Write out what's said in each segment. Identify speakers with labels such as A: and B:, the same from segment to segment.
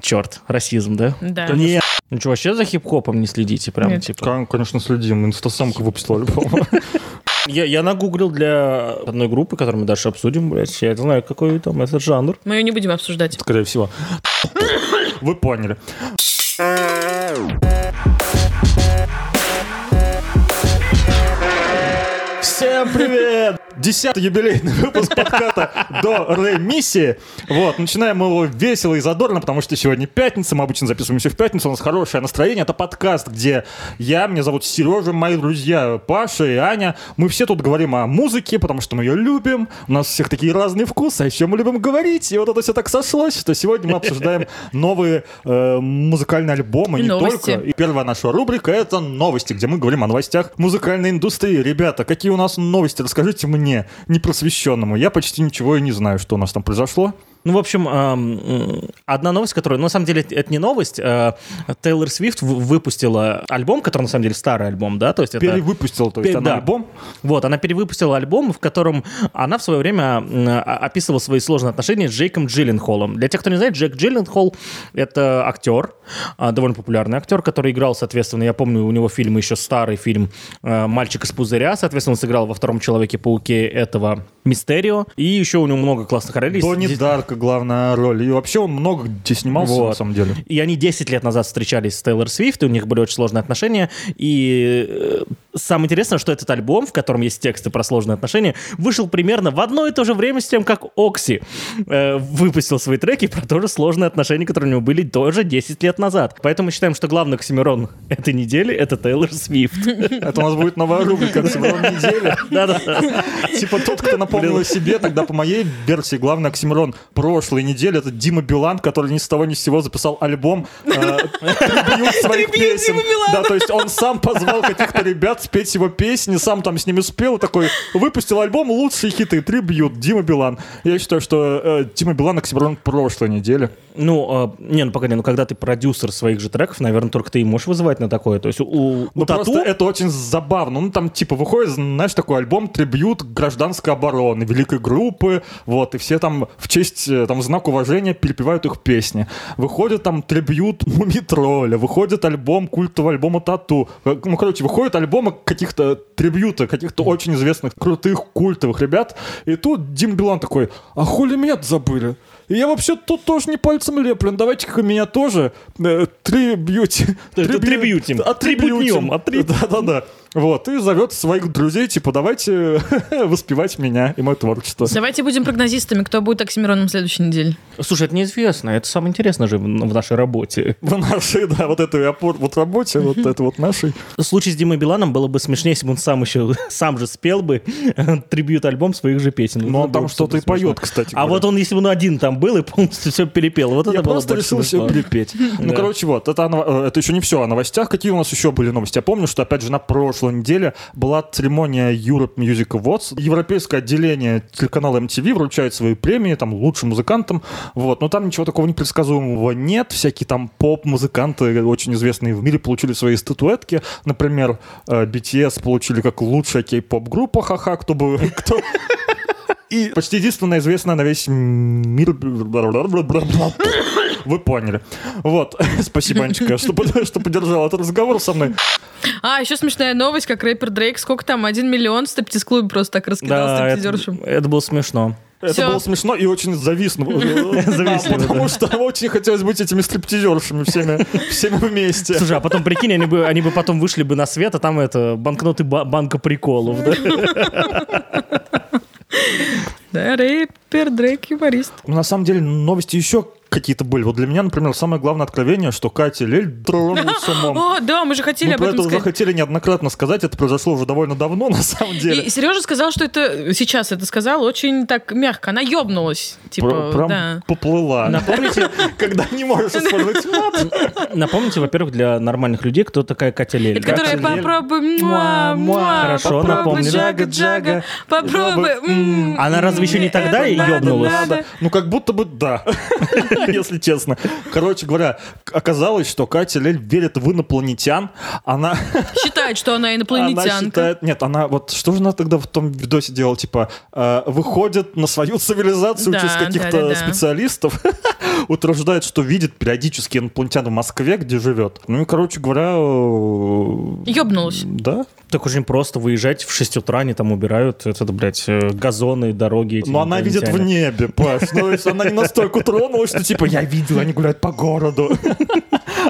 A: Черт, расизм, да?
B: Да.
A: Нет. Ну что, вообще за хип-хопом не следите прям,
B: Нет.
A: типа?
C: Кон- Конечно, следим. Инстасамка выписали, по-моему.
A: Я, я нагуглил для одной группы, которую мы дальше обсудим, блядь. Я знаю, какой там этот жанр.
B: Мы ее не будем обсуждать.
C: Скорее всего. Вы поняли. Всем привет! Десятый юбилейный выпуск подката до ремиссии. Вот, начинаем мы его весело и задорно, потому что сегодня пятница, мы обычно записываемся в пятницу, у нас хорошее настроение. Это подкаст, где я, меня зовут Сережа, мои друзья Паша и Аня. Мы все тут говорим о музыке, потому что мы ее любим, у нас у всех такие разные вкусы, а еще мы любим говорить, и вот это все так сошлось, что сегодня мы обсуждаем новые э, музыкальные альбомы,
B: И
C: не
B: новости.
C: только. И первая наша рубрика — это новости, где мы говорим о новостях музыкальной индустрии. Ребята, какие у нас новости? Расскажите мне, непросвещенному. Я почти ничего и не знаю, что у нас там произошло.
A: Ну, в общем, эм, м, одна новость, которая... ну, На самом деле, это- это не новость. э, Тейлор Свифт в- выпустила альбом, который, на самом деле, старый альбом, да? То есть это...
C: Перевыпустил, то есть,
A: Пе-
C: она
A: да.
C: альбом.
A: Вот, она перевыпустила альбом, в котором она в свое время м, а- описывала свои сложные отношения с Джейком Джилленхолом. Для тех, кто не знает, Джек Джилленхол — это актер, а, довольно популярный актер, который играл, соответственно, я помню, у него фильм еще старый фильм э, «Мальчик из пузыря», соответственно, он сыграл во «Втором Человеке-пауке» этого Мистерио, и еще у него много классных ролей.
C: Тони
A: Здесь-
C: Дарка главная роль. И вообще он много где снимался,
A: Вот.
C: на самом деле.
A: И они 10 лет назад встречались с Тейлор Свифт, и у них были очень сложные отношения. И э, самое интересное, что этот альбом, в котором есть тексты про сложные отношения, вышел примерно в одно и то же время с тем, как Окси э, выпустил свои треки про тоже сложные отношения, которые у него были тоже 10 лет назад. Поэтому мы считаем, что главный оксимирон этой недели — это Тейлор Свифт.
C: Это у нас будет новая рубрика «Оксимирон недели».
A: Да-да.
C: Типа тот, кто напомнил о себе, тогда по моей версии главный оксимирон прошлой недели это Дима Билан, который ни с того ни с сего записал альбом э, трибьют своих
B: Трибьют
C: песен.
B: Димы Билана.
C: Да, то есть он сам позвал каких-то ребят спеть его песни, сам там с ними спел, и такой выпустил альбом лучшие хиты трибьют Дима Билан. Я считаю, что э, Дима Билан оксимирон прошлой недели.
A: Ну, э, не, ну погоди, ну когда ты продюсер своих же треков, наверное, только ты и можешь вызывать на такое. То есть у- у, у
C: Ну,
A: Тату...
C: просто это очень забавно. Ну, там, типа, выходит, знаешь, такой альбом трибьют гражданской обороны, великой группы, вот, и все там в честь, э, там, в знак уважения перепевают их песни. Выходит там трибьют Мумитроля, выходит альбом культового альбома Тату. Э, Ну, короче, выходят альбомы каких-то трибьюта, каких-то очень известных, крутых, культовых ребят, и тут Дим Билан такой, а хули меня забыли? И я вообще тут тоже не пальцем леплен, давайте-ка меня тоже э, трибьюти.
A: Это трибьютим. Трибутнем, а три-
C: Да-да-да. Вот, и зовет своих друзей, типа, давайте воспевать меня и мое творчество.
B: Давайте будем прогнозистами, кто будет Оксимироном в следующей неделе.
A: Слушай, это неизвестно, это самое интересное же в- в нашей работе.
C: В нашей, да, вот этой опор, вот работе, вот это вот нашей.
A: Случай с Димой Биланом было бы смешнее, если бы он сам еще сам же спел бы трибьют альбом своих же песен. Это
C: Но он
A: было
C: там
A: бы
C: что-то и
A: супер смешно.
C: поет, кстати
A: А
C: говоря.
A: вот он, если бы он один там был и полностью все перепел, вот
C: Я
A: это было
C: просто
A: бы
C: решил
A: смешно.
C: все перепеть. Ну,
A: Да.
C: короче, вот, это, оно- э, это еще не все о новостях. Какие у нас еще были новости? Я помню, что, опять же, на прошлой неделе была церемония Europe Music Awards. Европейское отделение телеканала MTV вручает свои премии там лучшим музыкантам. Вот, но там ничего такого непредсказуемого нет. Всякие там поп-музыканты, очень известные в мире, получили свои статуэтки. Например, э, BTS получили как лучшая кей-поп-группа, ха-ха, кто бы... Кто... И почти единственная известная на весь мир... Вы поняли. Вот. Спасибо, Анечка, что, под- что поддержал этот разговор со мной.
B: А, еще смешная новость, как рэпер Дрейк, сколько там, один миллион в стриптиз-клубе просто так раскидал
A: Да, это,
B: стриптизершем.
A: это было смешно.
C: Это
B: Всё.
C: было смешно и очень завистно. Завистно, Потому что очень хотелось быть этими стриптизершами всеми, всеми вместе.
A: Слушай, а потом прикинь, они бы, они бы потом вышли бы на свет, а там это банкноты ба- банка приколов. да?
B: Да, рэпер Дрейк юморист.
C: Ну, на самом деле, новости еще какие-то были. Вот для меня, например, самое главное откровение, что Катя Лель тронулась умом.
B: О, да, мы же хотели
C: Мы
B: об
C: про это
B: этом
C: уже
B: сказать.
C: хотели неоднократно сказать, это произошло уже довольно давно, на самом деле.
B: И Сережа сказал, что это сейчас это сказал очень так мягко. Она ёбнулась. Типа,
C: Про- прям
B: да.
C: поплыла.
A: Напомните,
C: Когда не можешь использовать мат.
A: напомните, во-первых, для нормальных людей, кто такая Катя Лель.
B: И которая
C: Катя Лель.
B: попробуй, муа,
A: Муа, муа.
B: муа,
A: Хорошо,
B: попробуй,
A: напомнили.
B: джага, джага, попробуй.
C: Попробуй,
B: м,
A: Она разве еще не
B: м,
A: тогда
B: это
A: и
B: надо,
A: ёбнулась?
B: надо.
C: Ну, как будто бы да. если честно. Короче говоря, к- оказалось, что Катя Лель верит в инопланетян. Она,
B: Считает, что она
C: она
B: инопланетянка.
C: считает... Нет, она вот... Что же она тогда в том видосе делала? Типа, э, выходит на свою цивилизацию
B: Да,
C: через каких-то
B: да-да-да.
C: специалистов, утверждает, что видит периодически инопланетян в Москве, где живет. Ну и, короче говоря... э,
B: Ёбнулась.
C: Да,
A: Так очень просто выезжать в 6 утра, они там убирают это, блядь, э, газоны, дороги. эти
C: Но она видит в
A: инопланетяне.
C: небе, Паш. Ну, то есть она не настолько тронулась, что типа я видел, они гуляют по городу.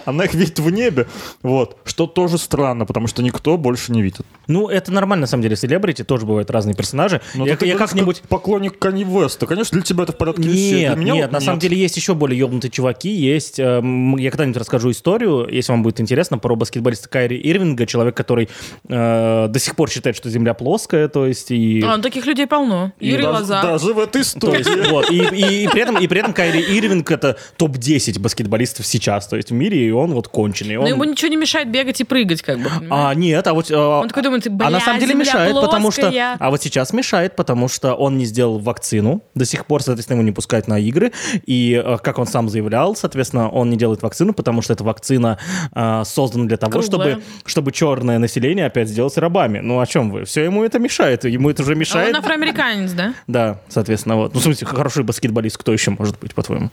C: Она их видит в небе. Вот. Что тоже странно, потому что никто больше не видит.
A: Ну, это нормально, на самом деле, в селебрити тоже бывают разные персонажи.
C: Но
A: я
C: ты
A: я
C: говоришь,
A: как-нибудь...
C: Ну, как Поклонник Кани Веста. Конечно, для тебя это в порядке вещей. Для
A: Нет,
C: меня
A: нет,
C: вот
A: на самом деле есть еще более ебнутые чуваки. Есть, эм, я когда-нибудь расскажу историю, если вам будет интересно, про баскетболиста Кайри Ирвинга, человек, который э, до сих пор считает, что Земля плоская, то есть и
B: А, ну таких людей полно. Юрий
C: даже,
B: Лоза.
C: Даже в этой
A: То есть,
C: истории.
A: вот, и, и- и при этом, и при этом Кайри Ирвинг это топ-10 баскетболистов сейчас, то есть в мире, и он вот конченый.
B: Но
A: он-
B: Ну, ему ничего не мешает бегать и прыгать, как бы. понимаешь?
A: А, нет, а вот... а-
B: Он такой думает,
A: а
B: «Бля,
A: на самом деле
B: земля
A: мешает, потому что...
B: плоская».
A: А вот сейчас мешает, потому что он не сделал вакцину. До сих пор, соответственно, его не пускают на игры. И, э, как он сам заявлял, соответственно, он не делает вакцину, потому что эта вакцина э, создана для того,
B: Круглая.
A: чтобы, чтобы черное население опять сделать рабами. Ну, о чем вы? Все ему это мешает. Ему это уже
B: А
A: мешает.
B: он афроамериканец, да?
A: Да, соответственно, вот. Ну, в смысле, хороший баскетболист, кто еще может быть, по-твоему?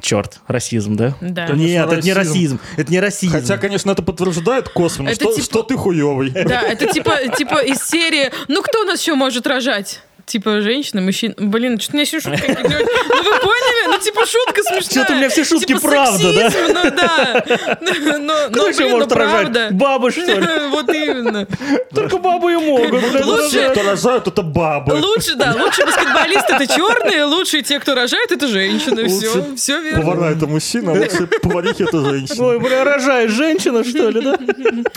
A: Черт, расизм, да?
B: Да. ну,
A: Нет,
C: Конечно,
A: это не
C: расизм.
A: расизм. Это не расизм.
C: Хотя, конечно, это подтверждает косвенно,
B: Это
C: что,
B: типа-
C: что ты хуёвый.
B: Да, это типа, типа из серии «Ну кто у нас еще может рожать?» Типа женщина, мужчина. Блин, что-то мне сегодня шутка какая-то идет. Ну вы поняли? Ну типа шутка смешная.
A: Чё-то у меня все шутки
B: Типа,
A: правда, да?
B: сексизм, Ну да. Ну, ну,
A: Кто
B: ну,
A: еще
B: блин, ну,
A: может рожать?
B: правда.
A: Бабы, что ли?
B: Вот именно.
A: Только бабы и могут.
C: Да, да, да,
B: Лучше-
C: да, Кто рожают, это бабы.
B: Лучше, да, лучше баскетболисты это черные, лучше те, кто рожает, это женщины. Все,
C: Лучше
B: все верно.
C: Повара это мужчина, а лучше поварихи это женщина.
A: Ой, бля, рожает женщина, что ли, да?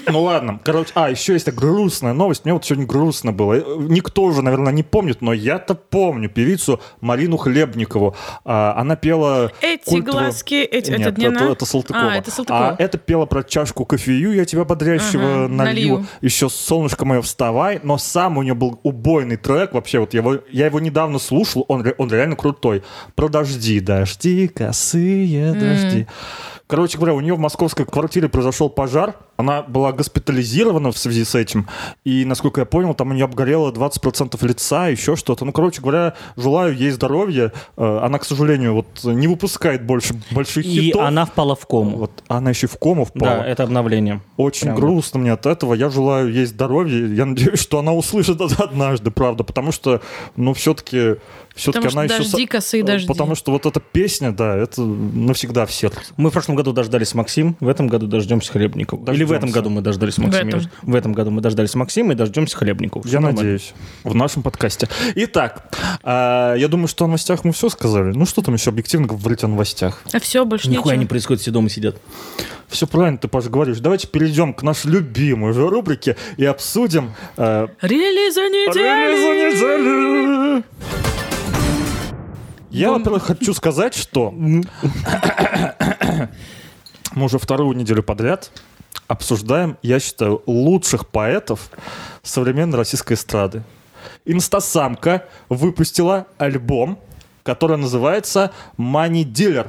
C: Ну ладно, короче, а, еще есть такая грустная новость, мне вот сегодня грустно было, Э, никто уже, наверное, не помнит, но я-то помню певицу Марину Хлебникову, А, она пела...
B: Эти
C: культовую-
B: глазки, эти,
C: Нет,
B: это не
C: это,
B: на?
C: это Салтыкова.
B: А, это Салтыкова.
C: А это пела про чашку кофею, я тебя бодрящего
B: Ага,
C: налью.
B: налью.
C: Еще солнышко мое вставай, но сам у нее был убойный трек вообще. Вот я его, я его недавно слушал, он, ре- он реально крутой. Про дожди, дожди, косые дожди. Короче говоря, у нее в московской квартире произошел пожар. Она была госпитализирована в связи с этим. И, насколько я понял, там у нее обгорело 20% лица, еще что-то. Ну, короче говоря, желаю ей здоровья. Э, Она, к сожалению, вот не выпускает больше больших
A: И
C: хитов.
A: она впала в кому.
C: Вот она еще в кому впала.
A: Да, это обновление.
C: Очень
A: Прям
C: грустно мне от этого. Я желаю ей здоровья. Я надеюсь, что она услышит это однажды, правда. Потому что, ну, все-таки... Все-таки
B: Потому что
C: она еще...
B: дожди, косые дожди.
C: Потому что вот эта песня, да, это навсегда в сердце.
A: Мы в прошлом году дождались Максим, в этом году дождемся Хлебников. Или в
C: Дождемся.
A: этом году мы дождались Максима.
B: этом.
A: я ж- В этом году мы дождались Максима и дождемся Хлебников. Всё
C: Я
A: нормально.
C: надеюсь. ну, В нашем подкасте. Итак, а, я думаю, что о новостях мы все сказали. Ну, что там еще объективно говорить о новостях?
B: А все, больше
A: Нихуя не
B: ничего.
A: происходит, все дома сидят.
C: Все правильно ты, Паша, говоришь. Давайте перейдем к нашей любимой же рубрике и обсудим... э,
B: Релиза недели!
C: Релизы недели. Я, во-первых, хочу сказать, что мы уже вторую неделю подряд обсуждаем, я считаю, лучших поэтов современной российской эстрады. Инстасамка выпустила альбом, который называется «Money Dealer».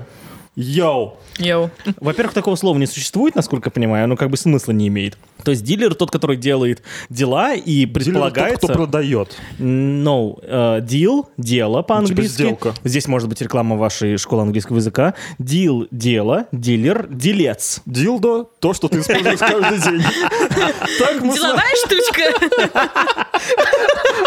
C: Йоу!
B: Йоу.
A: Во-первых, такого слова не существует, насколько я понимаю, оно как бы смысла не имеет. То есть дилер тот, который делает дела и
C: Дилер тот,
A: предполагается...
C: кто продает.
A: No, э, deal, дело по-английски.
C: Ну, типа сделка.
A: Здесь может быть реклама вашей школы английского языка. Deal, дело, дилер, делец.
C: Дилдо — то, что ты используешь каждый день. Так мы с вами-
B: Деловая штучка.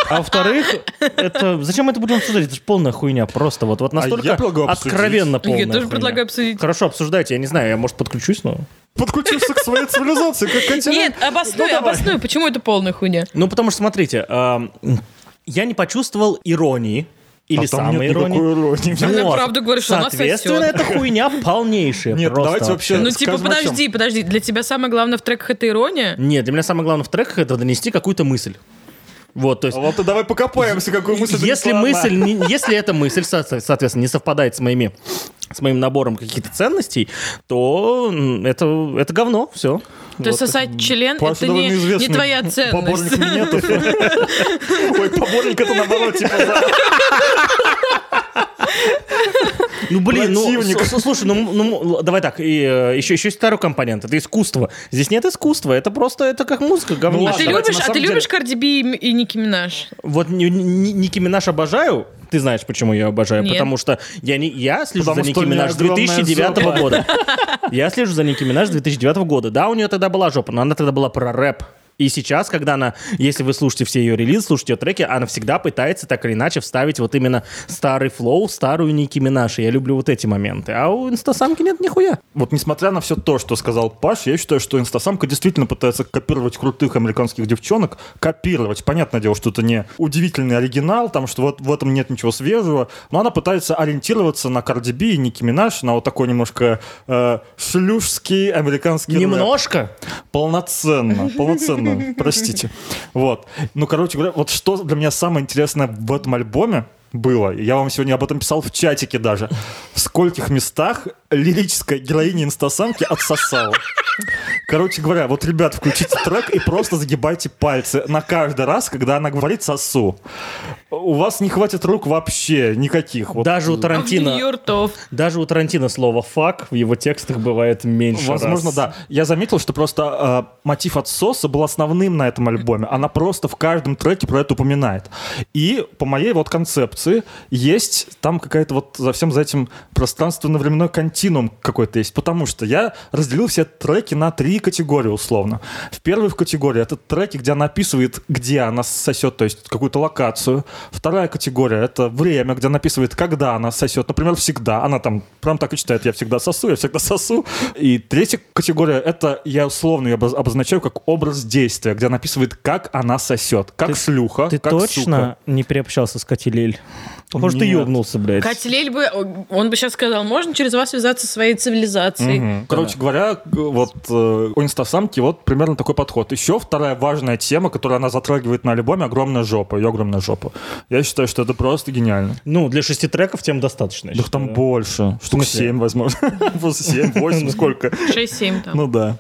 A: А во-вторых, это... Зачем мы это будем обсуждать? Это же полная хуйня просто. Вот, вот настолько
C: А я предлагаю обсудить.
A: откровенно полная
B: Я тоже
A: хуйня.
B: предлагаю обсудить.
A: Хорошо, обсуждайте. Я не знаю, я, может, подключусь, но...
C: подключился к своей цивилизации, как континент.
B: Нет, обоснуй,
C: Ну, давай.
B: обоснуй, почему это полная хуйня?
A: Ну, потому что, смотрите, эм, я не почувствовал иронии или
C: А там
A: самой
C: нет никакой
A: иронии.
C: иронии.
B: Я
A: Вот.
B: правда говорю, что она
A: Соответственно,
B: сосет.
A: это хуйня полнейшая.
C: Нет,
A: просто
C: давайте вообще
B: Ну типа,
C: скажем Э, о чем.
B: подожди, подожди, для тебя самое главное в треках это ирония?
A: Нет, для меня самое главное в треках это донести какую-то мысль. Вот, то есть...
C: А Вот и давай покопаемся, какую мысль.
A: Если
C: донесла
A: мысль,
C: она.
A: не- если эта мысль, со- со- соответственно, не совпадает с моими с моим набором каких-то ценностей, то м, это, это говно, все.
B: То есть сосать член
C: Паша
B: это не
C: довольно
B: не
C: известный
B: твоя
C: Поборник
B: ценность. А
C: минетов. Ой, поборник это наоборот, типа за-
A: Ну, блин, ну,
C: Противник.
A: с- с- слушай, ну, м- ну, м- л- давай так, и э, еще, еще есть второй компонент, это искусство. Здесь нет искусства, это просто, это как музыка, говно.
B: А ты
C: Давайте,
B: любишь,
C: на
B: а ты
C: самом
B: любишь Карди Би и и Ники Минаж? А
A: Вот Ни- Ни- Ники Минаж обожаю. Ты знаешь, почему я ее обожаю?
B: Нет.
A: Потому что я, не, я слежу
C: Потому
A: за
C: что
A: Ники
C: у меня
A: Минаж с
C: огромная
A: 2009
C: жопа.
A: года. Я слежу за Ники Минаж с 2009 года. Да, у нее тогда была жопа, но она тогда была про рэп. И сейчас, когда она, если вы слушаете все ее релизы, слушаете ее треки, она всегда пытается так или иначе вставить вот именно старый флоу, старую Ники Минаж. И я люблю вот эти моменты. А у инстасамки нет нихуя.
C: Вот несмотря на все то, что сказал Паш, я считаю, что инстасамка действительно пытается копировать крутых американских девчонок. Копировать. Понятное дело, что это не удивительный оригинал, там, что вот в этом нет ничего свежего. Но она пытается ориентироваться на Карди Би и Ники Минаж, на вот такой немножко э, шлюшский американский рэп.
A: Немножко.
C: Полноценно, полноценно, простите. Вот. Ну, короче говоря, вот что для меня самое интересное в этом альбоме было, я вам сегодня об этом писал в чатике даже, в скольких местах лирическая героиня инстасамки отсосала. Короче говоря, вот, ребят, включите трек и просто загибайте пальцы на каждый раз, когда она говорит «сосу». У вас не хватит рук вообще никаких. Вот.
A: Даже у
B: А в
A: Тарантино,
B: нее ртов.
A: даже у Тарантино слово «фак» в его текстах бывает меньше
C: Возможно,
A: раз.
C: да. Я заметил, что просто э, мотив отсоса был основным на этом альбоме. Она просто в каждом треке про это упоминает. И по моей вот концепции есть там какая-то вот за всем за этим пространственно-временной континуум какой-то есть. Потому что я разделил все треки на три категории условно. В первой в категории это треки, где она описывает, где она сосет, то есть какую-то локацию. Вторая категория это время, где она описывает, когда она сосет. Например, всегда. Она там прям так и читает. Я всегда сосу, я всегда сосу. И третья категория это я условно ее обоз- обозначаю как образ действия, где она описывает, как она сосет, как шлюха,
A: Ты
C: как
A: точно
C: сука.
A: не приобщался с Катилель? Похоже, ты
C: Нет.
A: ёбнулся, блядь.
B: Катилель бы, он бы сейчас сказал, можно через вас связаться со своей цивилизацией.
C: Мгм. Короче говоря, г- вот э, у инстасамки вот примерно такой подход. Еще вторая важная тема, которую она затрагивает на альбоме, огромная жопа, ее огромная жопа. Я считаю, что это просто гениально.
A: Ну, для шести треков тем достаточно. я
C: Да
A: считаю,
C: там
A: да.
C: больше. Штук
A: смысле?
C: 7, возможно. 7, 8, сколько.
B: 6-7 там.
C: Ну да.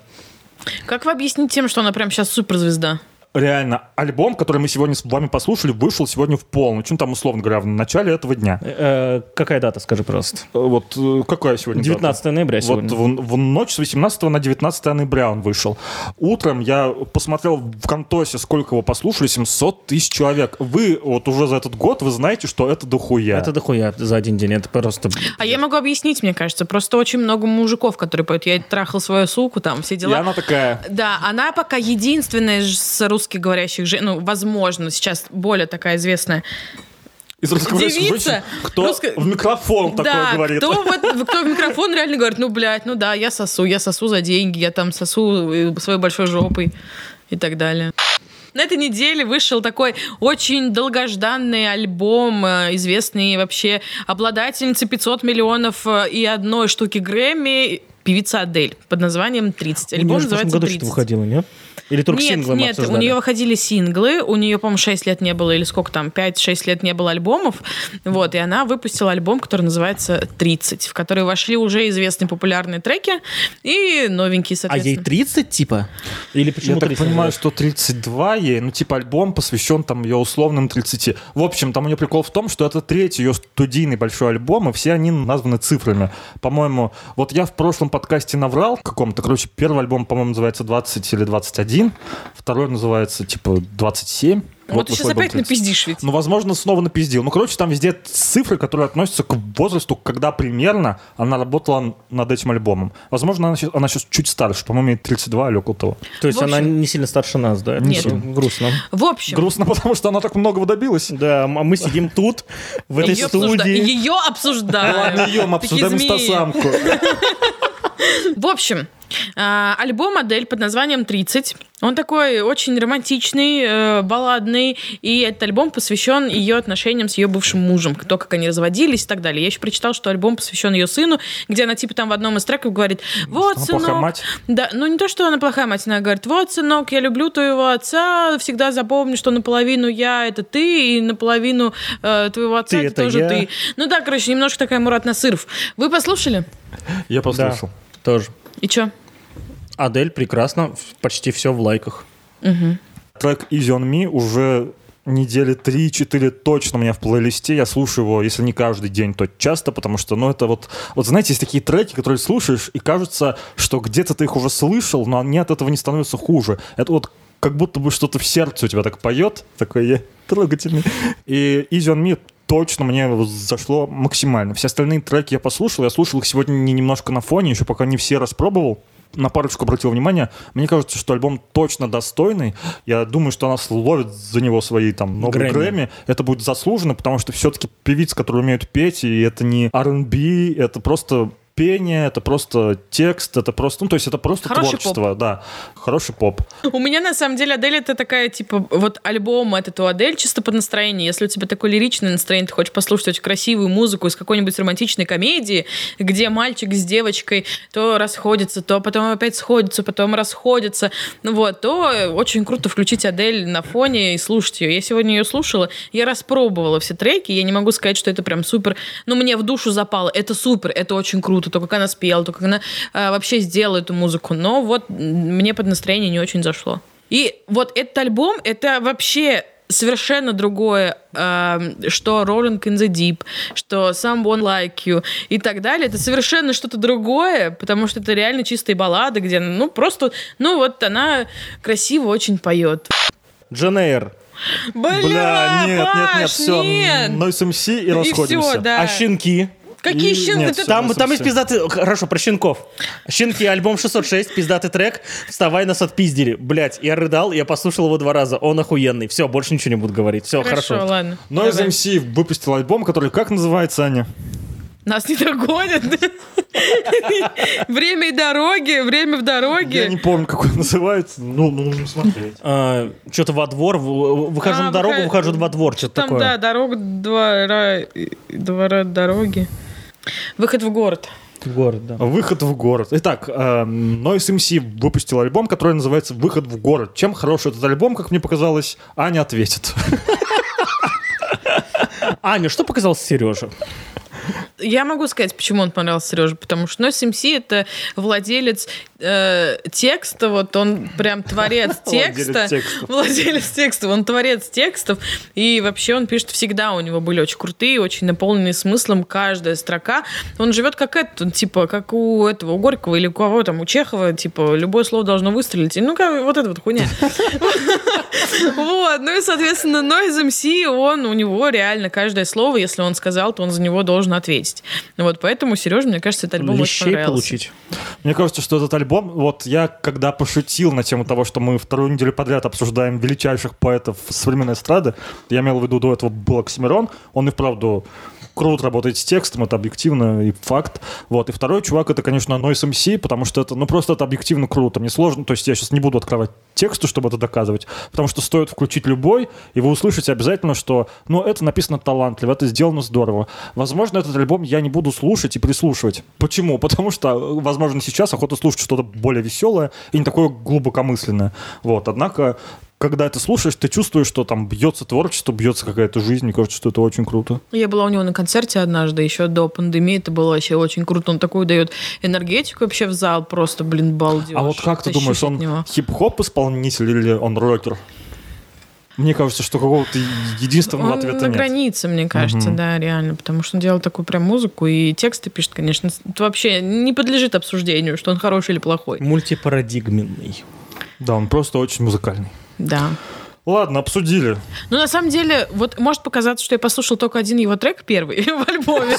B: Как вы объясните тем, что она прям сейчас суперзвезда?
C: Реально, альбом, который мы сегодня с вами послушали, вышел сегодня в полночь. Ну, там, условно говоря, в начале этого дня.
A: Э, э, какая дата, скажи, пожалуйста?
C: Э, Вот э, какая сегодня дата?
A: 19 ноября сегодня.
C: Вот в, в ночь с 18 на 19 ноября он вышел. Утром я посмотрел в Контосе, сколько его послушали, 700 тысяч человек. Вы вот уже за этот год, вы знаете, что это дохуя.
A: Это дохуя за один день, это просто...
B: А я могу объяснить, мне кажется. Просто очень много мужиков, которые поют. Я трахал свою суку, там, все
C: И
B: дела.
C: она такая...
B: Да, она пока единственная ж- с русскоговорящих женщин, ну, возможно, сейчас более такая известная.
C: Из русскоговорящих
B: Девица.
C: женщин, кто
B: Русско-
C: в микрофон такое
B: да,
C: говорит.
B: Кто, вот, кто в микрофон реально говорит, ну, блядь, ну да, я сосу, я сосу за деньги, я там сосу э, своей большой жопой и так далее. На этой неделе вышел такой очень долгожданный альбом, э, известный вообще обладательницы 500 миллионов э, и одной штуки Грэмми, певица Адель под названием 30.
A: У
B: Альбом
A: неё же в прошлом
B: называется
A: году что-то
B: 30.
A: выходило, нет? Или только
B: Нет,
A: синглы мы
B: нет,
A: обсуждали?
B: у нее выходили синглы, у нее, по-моему, 6 лет не было, или сколько там, 5-6 лет не было альбомов, вот, и она выпустила альбом, который называется «30», в который вошли уже известные популярные треки и новенькие,
A: А ей
B: соответственно.
A: 30, типа? Или
C: Я
A: почему
C: так
A: 30?
C: понимаю, что 32 ей, ну типа альбом посвящен там ее условным 30. В общем, там у нее прикол в том, что это третий ее студийный большой альбом, и все они названы цифрами. По-моему, вот я в прошлом подкасте наврал каком-то, короче, первый альбом, по-моему, называется 20 или 21, второй называется типа 27.
B: Вот ты
C: вышел
B: сейчас
C: альбом
B: Ну, опять
C: 30.
B: напиздишь ведь.
C: Ну, возможно, снова напиздил. Ну, короче, там везде цифры, которые относятся к возрасту, когда примерно она работала над этим альбомом. Возможно, она сейчас, чуть старше, по-моему, ей 32 или около того.
A: То есть
B: в
A: она
B: общем-
A: не сильно старше нас, да? Это
B: Нет.
A: Грустно.
B: В общем,
C: Грустно, потому что она так многого добилась.
A: Да, а мы сидим тут, в этой
B: ее, обсужда-
A: студии.
B: ее обсуждаем.
C: Ладно, ем,
B: Такие
C: обсуждаем
B: змеи.
C: инстасамку.
B: В общем, а, альбом модель под названием 30. Он такой очень романтичный, э, балладный, и этот альбом посвящен ее отношениям с ее бывшим мужем, то, как они разводились и так далее. Я еще прочитал, что альбом посвящен ее сыну, где она типа там в одном из треков говорит, вот,
C: Она
B: сынок,
C: плохая мать.
B: да, ну не то, что она плохая мать, она говорит, вот, сынок, я люблю твоего отца, всегда запомни, что наполовину я — это ты, и наполовину э, твоего
A: Ты
B: отца это
A: это
B: тоже
A: я».
B: ты. Ну да, короче, немножко такая Мурат Насыров. Вы послушали?
C: Я
A: Да,
C: послушал.
A: тоже.
B: И чё?
A: Адель прекрасно, в- почти все в лайках.
C: Трек Easy on Me уже недели 3-4 точно у меня в плейлисте. Я слушаю его, если не каждый день, то часто, потому что, ну, это вот... Вот знаете, есть такие треки, которые слушаешь, и кажется, что где-то ты их уже слышал, но они от этого не становятся хуже. Это вот как будто бы что-то в сердце у тебя так поет, такой я трогательный. И Easy on Me точно мне зашло максимально. Все остальные треки я послушал, я слушал их сегодня не- немножко на фоне, еще пока не все распробовал. На парочку обратил внимание. Мне кажется, что альбом точно достойный. Я думаю, что она словит за него свои там новые
A: Грэмми.
C: Грэмми. Это будет заслуженно, потому что все-таки певицы, которые умеют петь, и это не R&B, это просто пение, это просто текст, это просто, ну, то есть это просто
B: Хороший поп.
C: творчество, да. Хороший поп.
B: У меня на самом деле Адель это такая, типа, вот альбом от этого Адель чисто под настроение. Если у тебя такое лиричное настроение, ты хочешь послушать очень красивую музыку из какой-нибудь романтичной комедии, где мальчик с девочкой то расходится, то потом опять сходится, потом расходится, ну вот, то очень круто включить Адель на фоне и слушать ее. Я сегодня ее слушала, я распробовала все треки, я не могу сказать, что это прям супер, но мне в душу запало, это супер, это очень круто, то, как она спела, то, как она а, вообще сделала эту музыку, но вот м, мне под настроение не очень зашло. И вот этот альбом, это вообще совершенно другое, а, что Rolling in the Deep, что Someone Like You и так далее. Это совершенно что-то другое, потому что это реально чистые баллады, где, ну, просто, ну, вот она красиво очень поет.
A: Джен Эйр,
B: Бля,
C: Бля, нет, нет, ну, нет,
B: Паш,
C: все.
B: нет.
C: Нойс МС и расходимся.
B: всё, да.
A: а щенки?
B: Какие
C: И-
B: щенки?
C: нет,
B: Ты-
C: всё.
A: Там, там
C: Нойс
A: есть
C: MC.
A: пиздатый... Хорошо, про щенков. Щенки, альбом 606, пиздатый трек. Вставай, нас отпиздили. Блять, я рыдал, я послушал его два раза. Он охуенный. Все, больше ничего не буду говорить. Все,
B: Хорошо,
A: хорошо.
B: ладно.
C: Нойз
B: Давай.
C: МС выпустил альбом, который как называется, Аня?
B: Нас не догонят. Время и дороги, время в
C: Я не
B: дороге.
C: помню, как он называется. Ну, ну, нужно смотреть.
A: что-то А, во двор, в- выхожу
B: А,
A: на дорогу,
B: выход-
A: выхожу во двор, что-то
B: Там,
A: такое.
B: да, дорога, двора, двора дороги. Выход в город.
A: Город, да.
C: Выход в город. Итак, эм, Нойз МС выпустил альбом, который называется «Выход в город». Чем хороший этот альбом, как мне показалось, Аня ответит.
A: Аня, что показался Сережа?
B: Я могу сказать, почему он понравился Сереже, потому что Нойс МС это владелец э, текста, вот он прям творец текста.
C: Владелец текстов.
B: Владелец текстов, он творец текстов, и вообще он пишет всегда, у него были очень крутые, очень наполненные смыслом каждая строка. Он живет как это, он, типа, как у этого, у Горького или у кого там, у Чехова, типа, любое слово должно выстрелить. И, Ну, как вот это вот хуйня. Вот, ну и, соответственно, Noise MC, он, у него реально каждое слово, если он сказал, то он за него должен ответить. Ну вот, поэтому Сережа, мне кажется, этот альбом очень
A: Лещей
B: понравился.
A: получить.
C: Мне кажется, что этот альбом, вот я когда пошутил на тему того, что мы вторую неделю подряд обсуждаем величайших поэтов современной эстрады, я имел в виду, до этого был Оксимирон, он и вправду круто работает с текстом, это объективно и факт. Вот. И второй чувак, это, конечно, Noise MC, потому что это, ну, просто это объективно круто. Мне сложно, то есть я сейчас не буду открывать тексты, чтобы это доказывать, потому что стоит включить любой, и вы услышите обязательно, что, ну, это написано талантливо, это сделано здорово. Возможно, этот альбом я не буду слушать и прислушивать. Почему? Потому что, э, возможно, сейчас охота слушать что-то более веселое и не такое глубокомысленное. Вот, однако, когда это слушаешь, ты чувствуешь, что там бьется творчество, бьется какая-то жизнь. Мне кажется, что это очень круто.
B: Я была у него на концерте однажды, еще до пандемии, это было вообще очень круто. Он такую дает энергетику вообще в зал, просто, блин, балдеж.
C: А вот как ты
B: Тащусь
C: думаешь,
B: от
C: он
B: него.
C: хип-хоп исполнитель или он рокер? Мне кажется, что какого-то единственного
B: Он
C: ответа
B: на
C: нет.
B: границе, мне кажется,
C: Мгм.
B: да, реально, потому что он делал такую прям музыку и тексты пишет, конечно, с- это вообще не подлежит обсуждению, что он хороший или плохой.
A: Мультипарадигменный.
C: Да, он просто очень музыкальный.
B: Да.
C: Ладно, обсудили.
B: Ну, на самом деле, вот может показаться, что я послушал только один его трек первый в альбоме.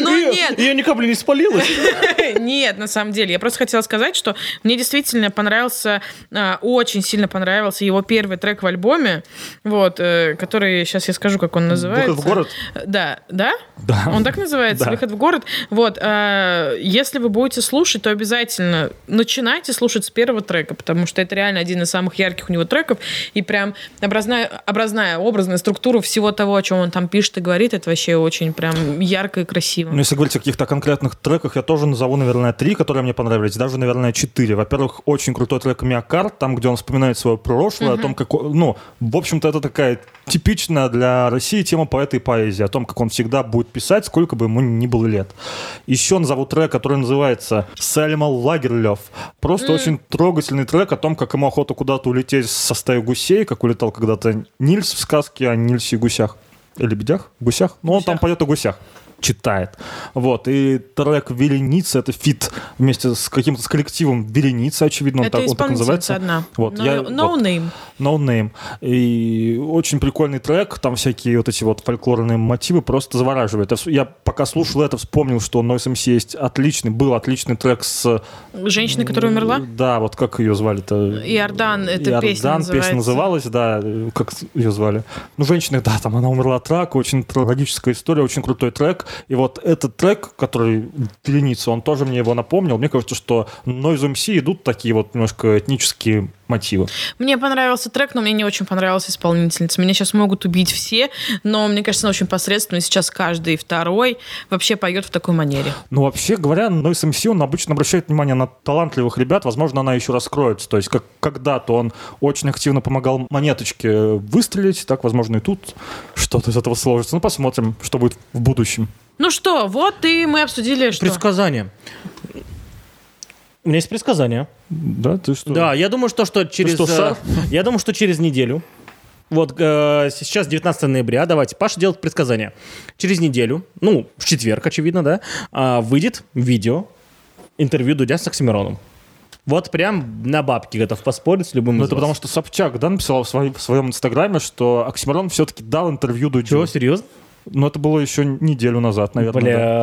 B: Но Ну, нет,
A: Я ни капли не спалилась.
B: Нет, на самом деле. Я просто хотела сказать, что мне действительно понравился, а, очень сильно понравился его первый трек в альбоме, вот, э, который, сейчас я скажу, как он называется.
C: Выход в город?
B: Да, да?
C: Да.
B: Он так называется,
C: Да.
B: «Выход в город». Вот, а, если вы будете слушать, то обязательно начинайте слушать с первого трека, потому что это реально один из самых ярких у него треков, и прям образная, образная образная структура всего того, о чем он там пишет и говорит, это вообще очень прям ярко и красиво.
C: Ну, если говорить о каких-то конкретных треках, я тоже назову, наверное, три, которые мне понравились, даже, наверное, четыре. Во-первых, очень крутой трек «Миокард», там, где он вспоминает свое прошлое, о том, как... он- Ну, в общем-то, это такая типичная для России тема поэта и поэзии, о том, как он всегда будет писать, сколько бы ему ни было лет. Еще назову трек, который называется «Сальма Лагерлёв». Просто очень трогательный трек о том, как ему охота куда-то улететь со стаи гусей, как улетал когда-то Нильс в сказке о Нильсе и гусях. Э, Лебедях? Гусях? Ну, он там
B: Гусях.
C: поет о гусях читает. Вот. И трек «Вереница» — это фит вместе с каким-то с коллективом «Вереница», очевидно, он
B: это
C: так- он, так,
B: исполнительница
C: называется.
B: одна.
C: Вот,
B: no,
C: я,
B: no
C: вот.
B: name.
C: No Name. И очень прикольный трек, там всякие вот эти вот фольклорные мотивы просто завораживают. Я вс- Я пока слушал это, вспомнил, что у Noise MC есть отличный, был отличный трек с...
B: Женщина, которая умерла?
C: Да, вот как ее звали-то?
B: Иордан, эта
C: Иордан,
B: песня называется.
C: называлась, да, э, как ее звали. Ну, женщина, да, там она умерла от рака, очень трагическая история, очень крутой трек. И вот этот трек, который длинится, он тоже мне его напомнил. Мне кажется, что Noise MC идут такие вот немножко этнические мотивы.
B: Мне понравился трек, но мне не очень понравилась исполнительница. Меня сейчас могут убить все, но мне кажется, она очень посредственная. Сейчас каждый второй вообще поет в такой манере.
C: Ну, вообще говоря, Noise MC, он обычно обращает внимание на талантливых ребят, возможно, она еще раскроется. То есть, как когда-то он очень активно помогал монеточке выстрелить, так, возможно, и тут что-то из этого сложится. Ну, посмотрим, что будет в будущем.
B: Ну что, вот и мы обсудили, что...
A: Предсказание. У меня есть предсказание.
C: Да, ты что?
A: Да, я думаю, что, что через...
C: что,
A: э,
C: шар?
A: я думаю, что через неделю. Вот э, сейчас 19 ноября, давайте, Паша делает предсказание. Через неделю, ну, в четверг, очевидно, да, а, выйдет видео, интервью Дудя с Оксимироном. Вот прям на бабки готов поспорить с любым
C: Ну,
A: из
C: это
A: вас.
C: потому, что Собчак, да, написала в, своей- в своем инстаграме, что Оксимирон все-таки дал интервью
A: Чего,
C: Дудю.
A: серьезно?
C: Но это было еще неделю назад, наверное. да.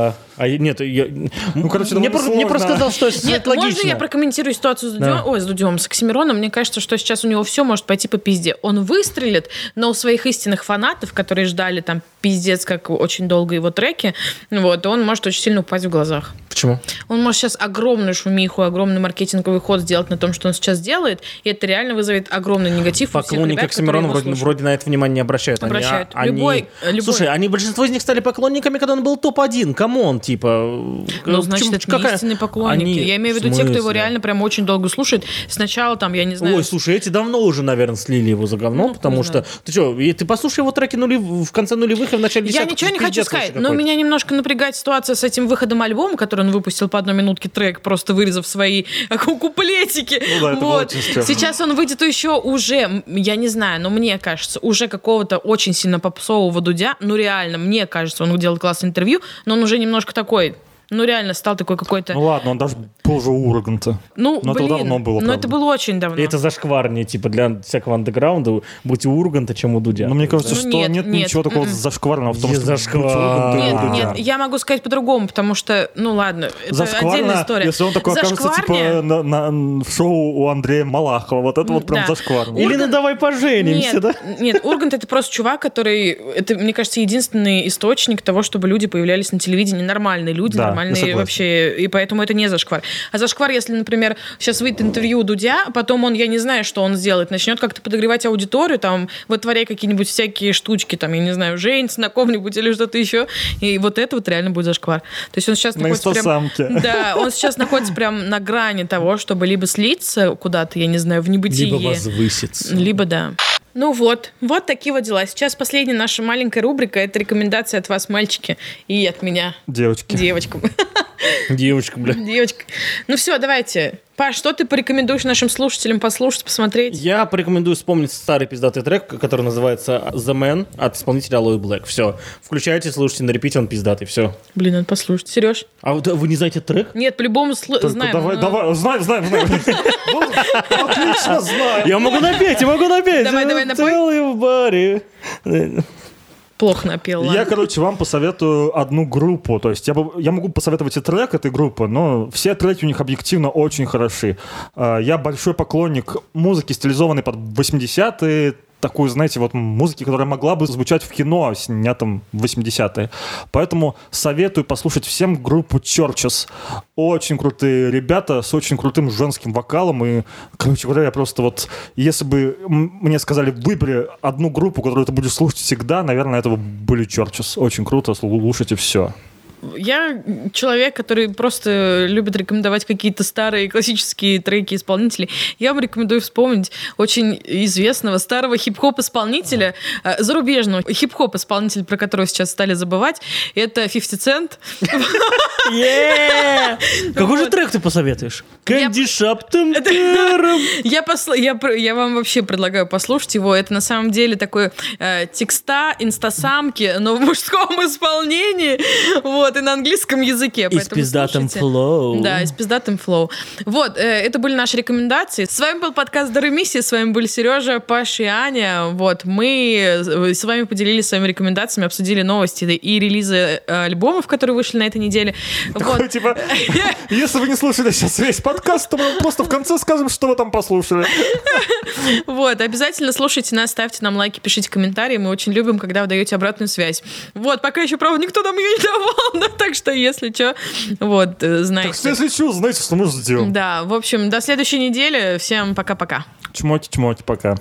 A: Бля, а я- нет, я... Ну,
C: короче,
A: мне,
C: довольно
A: про- мне
C: сложно.
A: просто сказал, что это
B: Нет,
A: логично.
B: можно я прокомментирую ситуацию с Дудем?
A: Да.
B: Ой, с Дудем, с Оксимироном. Мне кажется, что сейчас у него все может пойти по пизде. Он выстрелит, но у своих истинных фанатов, которые ждали там пиздец, как очень долго его треки, вот, он может очень сильно упасть в глазах.
A: Почему?
B: Он может сейчас огромную шумиху, огромный маркетинговый ход сделать на том, что он сейчас делает, и это реально вызовет огромный негатив у всех
A: Поклонники
B: ребят, которые
A: Оксимирона
B: его
A: вроде,
B: слушают.
A: вроде на это внимание не обращают. Они-
B: Обращают.
A: а- Они,
B: Любой- э, любой.
A: Слушай, они большинство из них стали поклонниками, когда он был топ-1. Камон, типа...
B: Ну, значит, это не истинные поклонники. Я имею в виду те, кто его реально прям очень долго слушает. Сначала там, я не знаю...
A: Ой, слушай, эти давно уже, наверное, слили его за говно,
B: Ну, хуй
A: потому что...
B: знает.
A: Ты что, ты послушай его треки нули, в конце нулевых и в начале
B: Я
A: десятых.
B: ничего не
A: это
B: хочу
A: пиздец вообще
B: сказать, но
A: какой-то.
B: меня немножко напрягает ситуация с этим выходом альбома, который он выпустил по одной минутке трек, просто вырезав свои ку- куплетики.
C: Ну да, это было
B: вот.
C: очень стрёмно.
B: Сейчас он выйдет еще уже, м, я не знаю, но мне кажется, уже какого-то очень сильно попсового Дудя. Ну реально, мне кажется, он делал классное интервью, но он уже немножко такой... Ну, реально, стал такой какой-то...
C: Ну ладно, он даже был уже у Урганта.
B: Ну,
C: но это
B: блин,
C: давно было,
B: Но это
C: правда.
B: было очень давно.
A: И это зашкварнее, типа, для всякого андеграунда. Будь у Урганта, чем у Дудя.
C: Но мне кажется,
B: Ну,
C: что
B: нет,
C: нет,
B: нет,
C: ничего такого
B: м-м.
C: зашкварного в том,
A: Не
C: что...
A: зашквар.
B: Нет,
A: Да.
B: нет, я могу сказать по-другому, потому что, ну ладно, это отдельная
C: Зашкварно,
B: история.
C: если он такой окажется,
B: Зашкварнее-
C: типа, на, на- в шоу у Андрея Малахова. Вот это вот прям
B: Да.
C: зашкварно.
A: Или
B: Ургант-
A: ну давай поженимся,
B: Нет,
A: да?
B: нет, Ургант это просто чувак, который, это, мне кажется, единственный источник того, чтобы люди появлялись на телевидении, нормальные люди,
C: Да, я
B: нормальные
C: согласен.
B: вообще, и поэтому это не зашквар. А зашквар, если, например, сейчас выйдет интервью у Дудя, потом он, я не знаю, что он сделает, начнет как-то подогревать аудиторию, там, вытворяя какие-нибудь всякие штучки, там, я не знаю, женится на ком-нибудь или что-то еще, и вот это вот реально будет зашквар. То есть он сейчас
C: На
B: находится прям-
C: инстасамке.
B: Да, он сейчас находится прям на грани того, чтобы либо слиться куда-то, я не знаю, в небытие.
A: Либо возвысится.
B: Либо да. Ну вот, вот такие вот дела. Сейчас последняя наша маленькая рубрика. Это рекомендации от вас, мальчики, и от меня,
C: Девочки.
B: девочкам.
A: Девочка, бля.
B: Девочка. Ну все, давайте. Паш, что ты порекомендуешь нашим слушателям послушать, посмотреть?
A: Я порекомендую вспомнить старый пиздатый трек, который называется The Man от исполнителя Алоэ Блэк. Все. Включайте, слушайте на репите, он пиздатый. Все.
B: Блин, надо послушать. Сереж?
A: А вот вы не знаете трек?
B: Нет, по-любому сл-
C: Только
B: знаем. ну.
C: давай,
B: но-
C: давай, знаем, знаем, знаем. Ну, Отлично знаем.
A: Я могу напеть, я могу напеть.
B: Давай, давай, напой.
A: напой.
B: Плохо напел. ладно.
C: Я, короче, вам посоветую одну группу. То есть я, бы- я могу посоветовать и трек этой группы, но все треки у них объективно очень хороши. Э, Я большой поклонник музыки, стилизованной под 80-е, такую, знаете, вот музыки, которая могла бы звучать в кино, а снятом в 80-е. Поэтому советую послушать всем группу Churches. Очень крутые ребята с очень крутым женским вокалом. И, короче говоря, я просто вот... Если бы м- мне сказали, выбери одну группу, которую ты будешь слушать всегда, наверное, это бы были Churches. Очень круто, слушайте все.
B: Я человек, который просто любит рекомендовать какие-то старые классические треки исполнителей. Я вам рекомендую вспомнить очень известного старого хип-хоп исполнителя, э, зарубежного хип-хоп исполнителя, про которого сейчас стали забывать. Это 50 Cent.
A: Е-е-е! Какой же
B: Вот.
A: трек ты посоветуешь? Candy Shop
B: Это-
A: Tempera.
B: Я, посл- я, пр- я вам вообще предлагаю послушать его. Это на самом деле такой э, текста инстасамки, но в мужском исполнении. Вот, и на английском языке.
A: И с
B: поэтому
A: пиздатым
B: слушайте.
A: флоу.
B: Да, и с пиздатым флоу. Вот, э, это были наши рекомендации. С вами был подкаст Дары Миссии, с вами были Сережа, Паша и Аня. Вот, мы э, с вами поделились своими рекомендациями, обсудили новости и релизы э, альбомов, которые вышли на этой неделе.
C: Такой,
B: Вот.
C: типа, если вы не слушали сейчас весь подкаст, то мы вам просто в конце скажем, что вы там послушали.
B: Вот, обязательно слушайте нас, ставьте нам лайки, пишите комментарии. Мы очень любим, когда вы даете обратную связь. Вот, пока еще, правда, никто нам ее не давал, да, так что, если что, вот, э, знаете.
C: Так что, если что, знаете, что мы ждем.
B: Да, в общем, до следующей недели. Всем пока-пока.
C: Чмоки-чмоки, пока.